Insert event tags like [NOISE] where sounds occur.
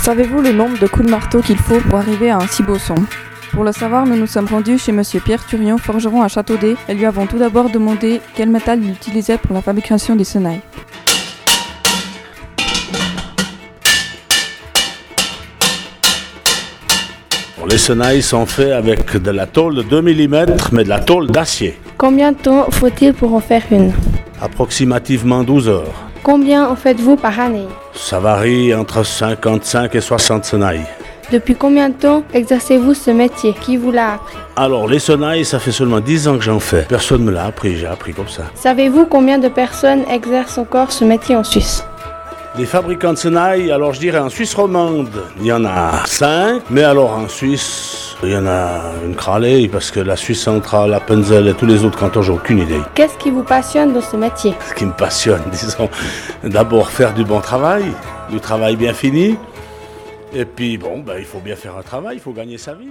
Savez-vous le nombre de coups de marteau qu'il faut pour arriver à un si beau son Pour le savoir, nous nous sommes rendus chez Monsieur Pierre Turion, forgeron à Châteaudet, et lui avons tout d'abord demandé quel métal il utilisait pour la fabrication des sonnailles. Les sonnailles sont faits avec de la tôle de 2 mm, mais de la tôle d'acier. Combien de temps faut-il pour en faire une Approximativement 12 heures. Combien en faites-vous par année Ça varie entre 55 et 60 sonnailles. Depuis combien de temps exercez-vous ce métier Qui vous l'a appris Alors, les sonnailles, ça fait seulement 10 ans que j'en fais. Personne ne me l'a appris, j'ai appris comme ça. Savez-vous combien de personnes exercent encore ce métier en Suisse Des fabricants de sonnailles, alors je dirais en Suisse romande, il y en a 5, mais alors en Suisse, il y en a une cralée, parce que la Suisse centrale, la Penzel et tous les autres cantons, j'ai aucune idée. Qu'est-ce qui vous passionne dans ce métier [LAUGHS] ce qui me passionne, disons. D'abord faire du bon travail, du travail bien fini. Et puis bon, ben, il faut bien faire un travail, il faut gagner sa vie.